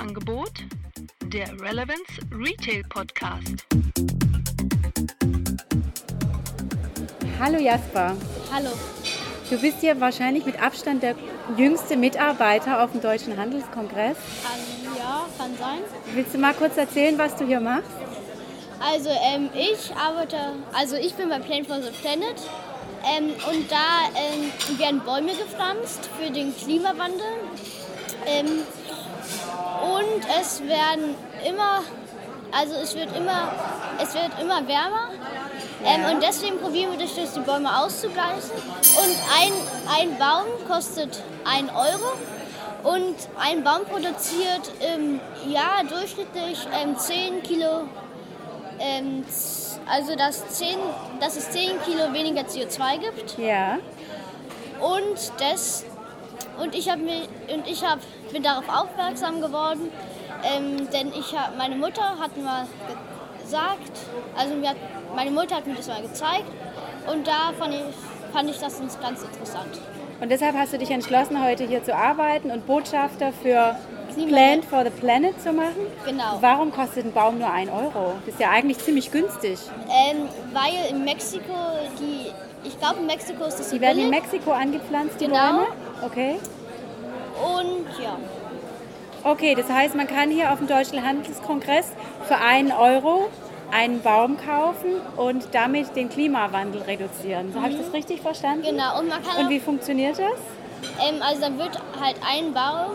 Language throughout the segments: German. Angebot der Relevance Retail Podcast. Hallo Jasper, Hallo. du bist hier wahrscheinlich mit Abstand der jüngste Mitarbeiter auf dem Deutschen Handelskongress. Kann, ja, kann sein. Willst du mal kurz erzählen, was du hier machst? Also ähm, ich arbeite, also ich bin bei Plan for the Planet ähm, und da ähm, werden Bäume gepflanzt für den Klimawandel ähm, und es werden immer, also es wird immer, es wird immer wärmer ähm, und deswegen probieren wir das durch die Bäume auszugleichen und ein, ein Baum kostet 1 Euro und ein Baum produziert im Jahr durchschnittlich ähm, 10 Kilo ähm, z- also dass, 10, dass es 10 Kilo weniger CO2 gibt. Ja. Und das und ich habe mir und ich hab, bin darauf aufmerksam geworden, ähm, denn ich hab, meine Mutter hat mal gesagt, also mir hat, meine Mutter hat mir das mal gezeigt und da fand ich, fand ich das ganz interessant. Und deshalb hast du dich entschlossen, heute hier zu arbeiten und Botschafter für Klima- Plant for the Planet zu machen? Genau. Warum kostet ein Baum nur 1 Euro? Das ist ja eigentlich ziemlich günstig. Ähm, weil in Mexiko die, ich glaube in Mexiko ist das Die werden in billig. Mexiko angepflanzt, die Genau. Bäume? Okay. und ja, Okay, das heißt, man kann hier auf dem Deutschen Handelskongress für 1 Euro einen Baum kaufen und damit den Klimawandel reduzieren. So habe Mhm. ich das richtig verstanden? genau. Und man kann Und auch- wie funktioniert das? Ähm, also dann wird halt ein Baum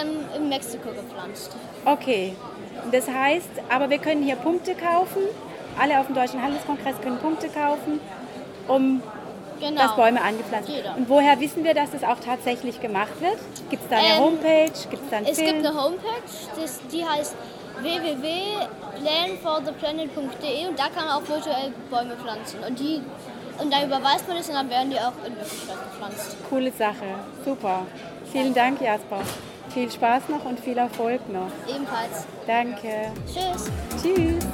ähm, in Mexiko gepflanzt. Okay. Das heißt, aber wir können hier Punkte kaufen. Alle auf dem Deutschen Handelskongress können Punkte kaufen, um Genau. dass Bäume angepflanzt werden. Jeder. Und woher wissen wir, dass das auch tatsächlich gemacht wird? Gibt es da eine Ähm, Homepage? Gibt es da einen Es Film? gibt eine Homepage, das, die heißt www.planfortheplanet.de und da kann man auch virtuell Bäume pflanzen. Und, die, und dann überweist man das und dann werden die auch in Wirklichkeit gepflanzt. Coole Sache. Super. Vielen Dank, Jasper. Viel Spaß noch und viel Erfolg noch. Ebenfalls. Danke. Tschüss. Tschüss.